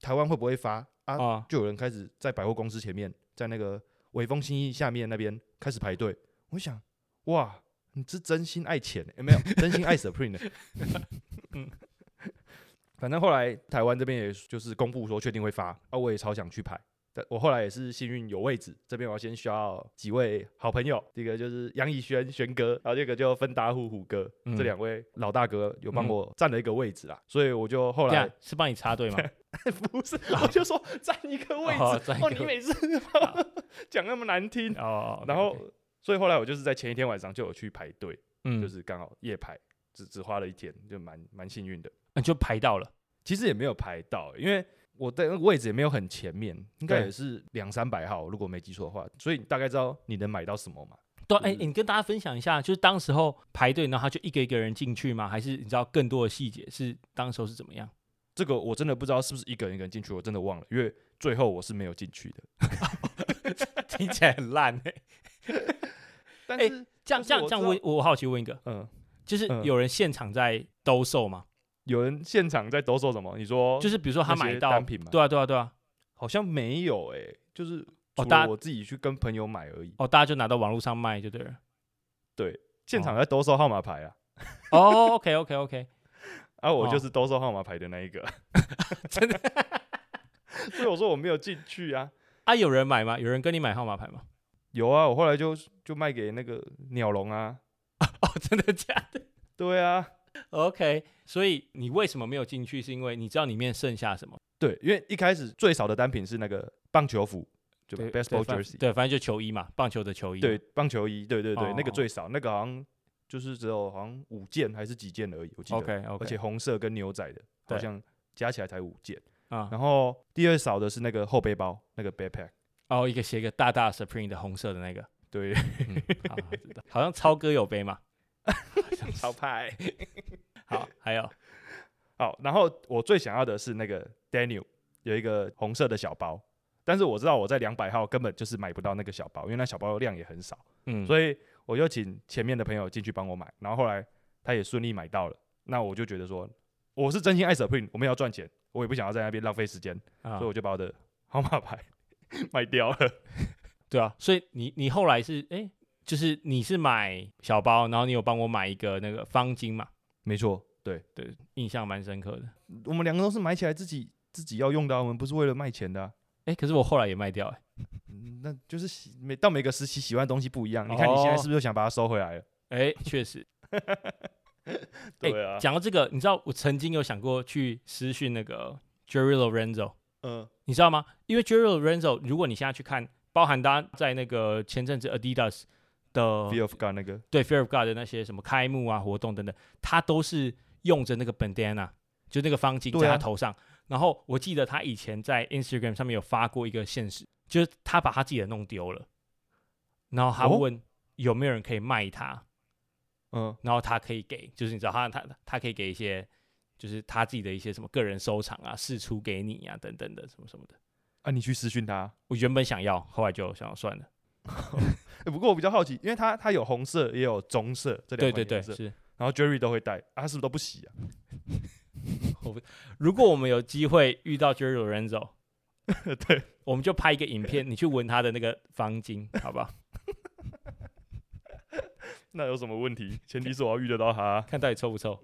台湾会不会发啊，啊，就有人开始在百货公司前面，在那个微风新意下面那边开始排队。我想，哇，你是真心爱钱、欸，没有真心爱 Supreme 的、嗯，反正后来台湾这边也就是公布说确定会发，啊，我也超想去排。但我后来也是幸运有位置，这边我要先需要几位好朋友，第一个就是杨以轩轩哥，然后第二个就芬达虎虎哥，嗯这两位老大哥有帮嗯我占了一个位置啊，所以我就后这来样是帮你插 队吗？不是，我就说占一个位置。哦占一哦，个你位啊每次 讲那么难听。哦，然后，所以后来我就是在前一天晚上就有去排队，嗯，就是刚好夜排，只只花了一天，就蛮蛮幸运的。嗯就排到了，其实也没有排到，因为我的那个位置也没有很前面，应该对也是两三百号，如果没记错的话。所以你大概知道你能买到什么嘛？对啊，就哎，是你跟大家分享一下，就是当时候排队，然后他就一个一个人进去吗？还是你知道更多的细节是当时候是怎么 样？这个我真的不知道是不是一个人一个人进去，我真的忘了，因为最后我是没有进去的。听起来很烂哎，欸但哎是， 这样就是这样我这样，知我我好奇问一个，嗯、就是嗯有人现场在兜售吗？有人现场在兜售什么？你说就是比如说他那些买到单，品吗？对啊对啊对啊，好像没有诶、就是哦除大了家我自己去跟朋友买而已。哦，大家就拿到网络上卖就对了。现场在兜售号码牌啊，哦，OK OK OK，啊，我就哦是兜售号码牌的那 一个，真的 所以我说我没有进去啊。啊，有人买吗？有人跟你买号码牌 吗？有啊，我后来就就卖给那个鸟笼啊，哦，真的假的？对啊， OK，所以你为什么没有进去？是因为你知道里面剩下什么？对，因为一开始最少的单品是那个棒球服，就 baseball 反 jersey，对，反正就球衣嘛，棒球的球衣。对，，棒球衣，对对对，那个哦最少，那个好像就是只有好像五件还是几件而已，我记得， OK OK，而且红色跟牛仔的，好对像加起来才五件。啊，然后第二少的是那个后背包，那个 backpack，哦，一个写一个大大 Supreme 的红色的 那个，对，嗯，好，好知道好像超哥有背嘛。超派。好，还有 好，然后我最想要的是那个 Daniel 有一个红色的小包，但是我知道我在两百号根本就是买不到那个小包，因为那小包量也很少，嗯，以所以我就请前面的朋友进去帮我买，然后后来他也顺利买到了，那我就觉得说我是真心爱 Supreme，我们要赚钱，我也不想要在那边浪费时间，啊所以，我就把我的 号码牌卖掉了。对啊，所以你你后来是哎，就是你是买小包，然后你有帮我买一个那个方巾嘛？ 没错，对对，印象蛮深刻的。我们两个都是买起来自己自己要用的啊、我们不是为了卖钱的啊、哎，可是我后来也卖掉哎。嗯那就是喜每到每个时期喜欢的东西不一哦样。你看你现在是不是又想把它收回来了？哎，确实，哎对啊，讲到这个，你知道我曾经有想过去私讯那个 Jerry Lorenzo，嗯，你知道吗？因为 Jerry Lorenzo，如果你现在去看，包含大家在那个前阵子 Adidas 的 Fear of God 那个，对 Fear of God 的那些什么开幕啊、活动等等，他都是用着那个 bandana，就那个方巾对啊在他头上。然后我记得他以前在 Instagram 上面有发过一个现实，就是他把他自己的弄丢了，然后他哦问有没有人可以卖他。嗯，然后他可以给，就是你知道他他他可以给一些，就是他自己的一些什么个人收藏啊、试出给你啊等等的什么什么的。啊，你去私讯他。我原本想要，后来就想要算了。欸不过我比较好奇，因为他他有红色也有棕色这对两对款对，颜色，是然后 Jerry 都会戴，啊，他是不是都不洗啊？我不如果我们有机会遇到 j e r Lorenzo，对，我们就拍一个影片，你去闻他的那个方巾，好 不好？那有什么 问题？前提是我要遇得到他。看到底臭不臭？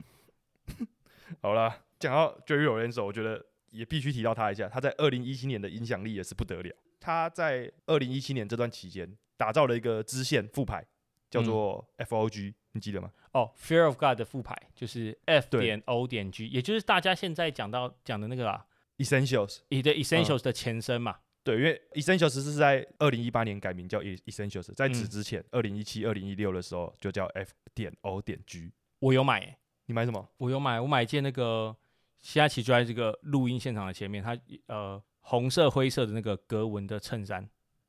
好啦，讲到 Jerry Lorenzo，我觉得也必须提到他一下，他在二零一七年的影响力也是不得了。他在二零一七年这段期间打造了一个支线副牌，叫做嗯 FOG，、你记得吗？哦，Fear of God 的副牌就是 F 对点 O 点 G，也就是大家现在讲到讲的那个啊， Essentials，你的 Essentials 的前身嘛。对，因为 Essentials 是在二零一八年改名叫 E- Essentials，在此嗯之前，二零一七、二零一六的时候就叫 F 点 O 点 G。我有买、欸，你买什么？我有买，我买一件那个西亚奇就在这个录音现场的前面，它呃红色灰色的那个格纹的衬衫，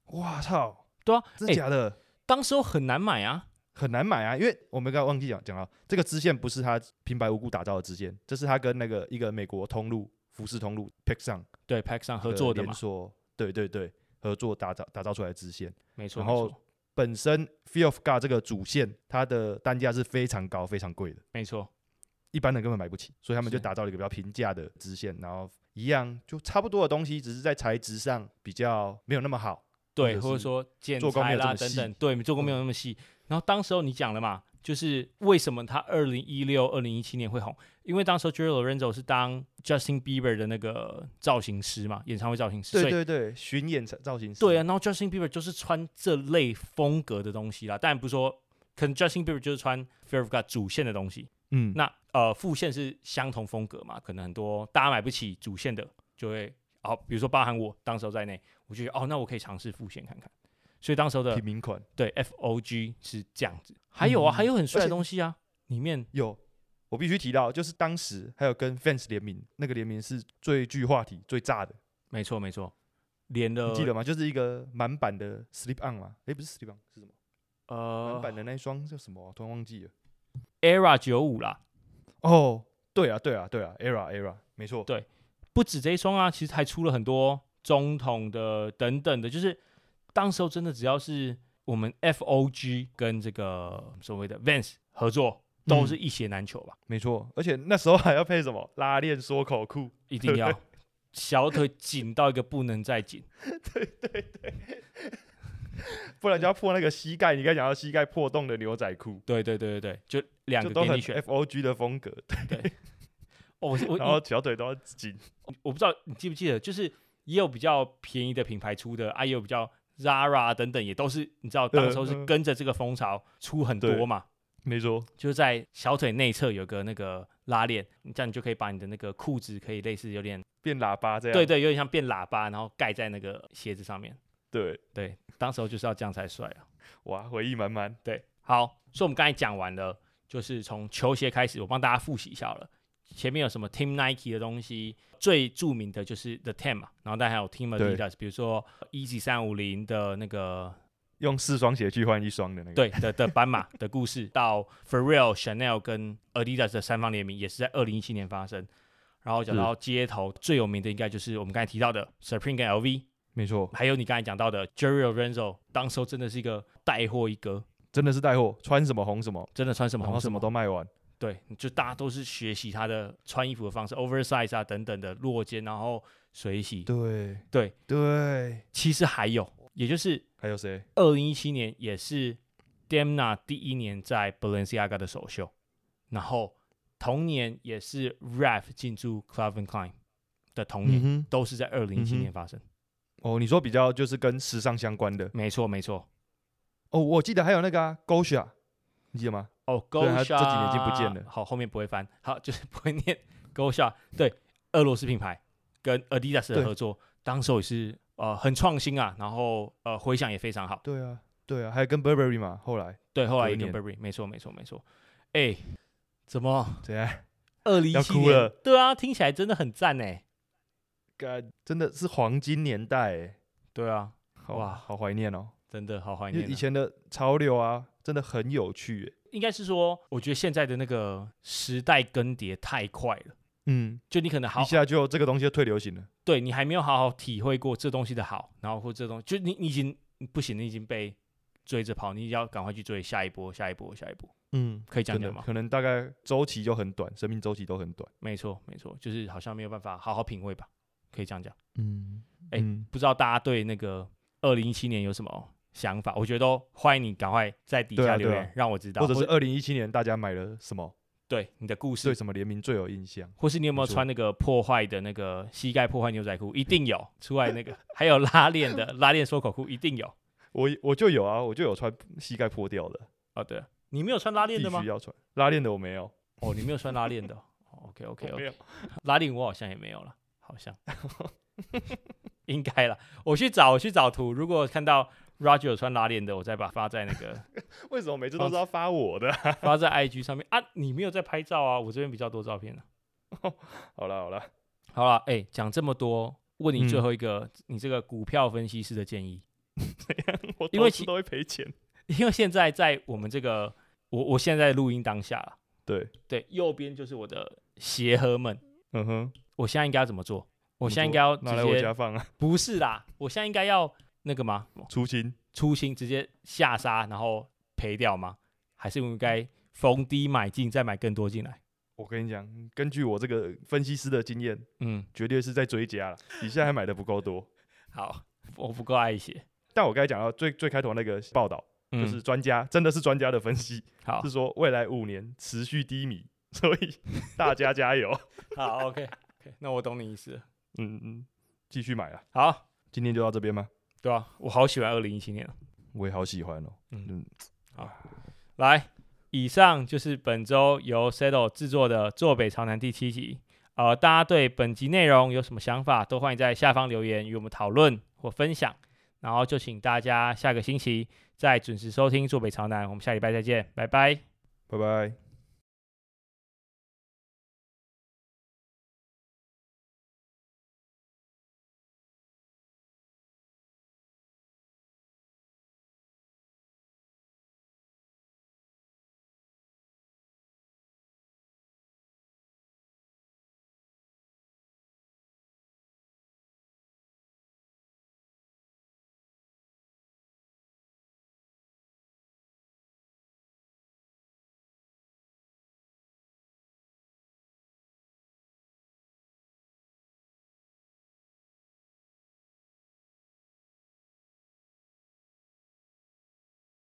哇操，对啊，真欸假的？当时候很难买啊，哎很难买啊，因为我们刚刚忘记讲讲到，这个支线不是他平白无故打造的支线，这是他跟那个一个美国通路服饰通路 Pixon 对 Pack 上合作的连嘛，锁，对对对，合作打造打造出来的支线。没错，然没后错，本身 Fear of God 这个主线，它的单价是非常高、非常贵的，没错，一般人根本买不起，所以他们就是打造了一个比较平价的支线，然后一样就差不多的东西，只是在材质上比较没有那么好。对，者或者是说剪做工没裁有这啦么等细嗯等，对，做工没有那么细。然后当时候你讲了嘛，就是为什么他二零一六、二零一七年会红，因为当时候 j e r Lorenzo 是当 Justin Bieber 的那个造型师嘛，演唱会造型师，所对以对对，巡演造型师。对啊，，然后 Justin Bieber 就是穿这类风格的东西啦，当然不是说，可能 Justin Bieber 就是穿 Fear of God 主线的东西，嗯，那呃副线是相同风格嘛，可能很多大家买不起主线的，就会哦，比如说包含我当时候在内，我就觉得哦，那我可以尝试副线看看，所以当时候的平民款。对 FOG 是这样子，还有啊，嗯还有很帅而的且东西啊，里面有，我必须提到，就是当时还有跟 Fans 联名，那个联名是最具话题、最炸的，没错没错，连了你记得吗？就是一个满版的 Slip On 嘛，诶，哎不是 Slip On 是什么？满呃版的那一双叫什么啊、突然忘记了。 Era 九五啦，哦，对啊，对啊，对啊，Era Era，没错对，不止这一双啊，其实还出了很多中统的等等的，就是当时候真的只要是我们 FOG 跟这个所谓的 Vans 合作，都嗯是一鞋难求吧，没错。而且那时候还要配什么拉链缩口裤，一定 要小腿紧到一个不能再紧，不然就要破那个膝盖。你刚才讲到膝盖破洞的牛仔裤，对对对对对，就两就个都给很你选。 F O G 的风格，哦，我我然后小腿都要紧。我不知道你记不记得，就是也有比较便宜的品牌出的，啊，也有比较 Zara 等等，也都是你知道，当时候嗯是嗯跟着这个风潮出很对多嘛，没错，就是在小腿内侧有个那个拉链，你这样你就可以把你的那个裤子可以类似有点变喇叭这样。对对，啊有点像变喇叭，然后盖在那个鞋子上面。对，对，当时候就是要这样才帅啊。哇，回忆满满。对，好，所以我们刚才讲完了，就是从球鞋开始，我帮大家复习一下好了。前面有什么 Team Nike 的东西，最著名的就是 The Ten 嘛，然后但还有 Team 对 Adidas，比如说 Easy 三五零的那个用四双鞋去换一双的那个。对的的斑马的故事，到 Ferrell、Chanel 跟 Adidas 的三方联名，也是在二零一七年发生。然后讲是到街头最有名的，应该就是我们刚才提到的 Supreme 跟 LV，没错，还有你刚才讲到的 Jerry Lorenzo，当时候真的是一个带货一哥，真的是带货，穿什么红什么，真的穿什么然后红什什么么都卖完。对，就大家都是学习他的穿衣服的方式，oversize 啊等等的落肩，然后水洗。对对对，其实还有，也就是还有谁？二零一七年也是 Demna 第一年在 Balenciaga 的首秀，然后同年也是 Raf 进驻 Calvin Klein 的同年，嗯哼，都是在二零一七嗯哼年发生。哦，你说比较就是跟时尚相关的。没错，没错。哦，我记得还有那个啊 g o s h a 你记得吗？哦 g 对 o 他 s h a 这几年已经不见了好，后面不会翻，好，就是不会念 g o s h a 对，俄罗斯品牌跟 Adidas 的对合作，当时候也是呃很创新啊，然后呃回响也非常好。对啊，对啊，还有跟 Burberry 嘛，后来对，后来隔也跟年 Burberry，没错，没错，没错。哎，怎么怎样？二零一要七哭年了？对啊，听起来真的很赞哎。干，真的是黄金年代欸，对啊，好哇好怀念哦。真的好怀因为念、啊。以前的潮流啊，真的很有趣欸。应该是说，我觉得现在的那个时代更迭太快了，嗯，就你可能好一下就这个东西就退流行了。对你还没有好好体会过这东西的好，然后或这东就你你已经不行，你已经被追着跑，你要赶快去追下一波、下一波、下一波，嗯，可以这样真讲的吗？可能大概周期就很短，生命周期都很短，没错，没错，就是好像没有办法好好品味吧，可以这样讲。嗯，哎不知道大家对那个二零一七年有什么想法？我觉得都欢迎你赶快在底对下啊留对啊言，让我知道，或者是二零一七年大家买了什么，对你的故事对，什么联名最有印象？或是你有没有没错穿那个破坏的那个膝盖破坏牛仔裤？一定有，出来那个还有拉链的拉链缩口裤一定有。我我就有啊，我就有穿膝盖破掉的，哦，对了，你没有穿拉必链的吗须？要穿拉链的我没有，哦，你没有穿拉链的。OK OK 我 OK，没有拉链我好像也没有了，好像 应该了。我去找我去找图，如果看到 Roger 有穿拉链的，我再把它发在那个为什么每次都是要发我的？发在 IG 上面啊。你没有在拍照啊？我这边比较多照片呢、 好了好了，好了，哎、讲这么多，问你嗯最后一个，你这个股票分析师的建议。我因为投其资都会赔钱。因为现在在我们这个我我现在录音当下了，对，对，右边就是我的鞋盒们，嗯哼，我现在应该要怎么做？我现在应你该要拿来直我接家放啊，不是啦，我现在应该要那个吗？出清。出清直接下杀，然后赔掉吗？还是我应该逢低买进，再买更多进来？我跟你讲，根据我这个分析师的经验，嗯，绝对是在追加了。你现在还买的不够多，好，我不够爱鞋，但我刚才讲到最最开头那个报道，嗯、就是专家、真的是专家的分析，好是说未来五年持续低迷，所以大家加油。 好 OK OK，那我懂你意思了。嗯嗯，继续买啊！好，今天就到这边吗？对啊，我好喜欢二零一七年哦我也好喜欢哦。来，以上就是本周由 Settle 制作的《坐北朝南》第七集。呃，大家对本集内容有什么想法，都欢迎在下方留言与我们讨论或分享。然后就请大家下个星期再准时收听《坐北朝南》，我们下礼拜再见，拜拜。拜拜。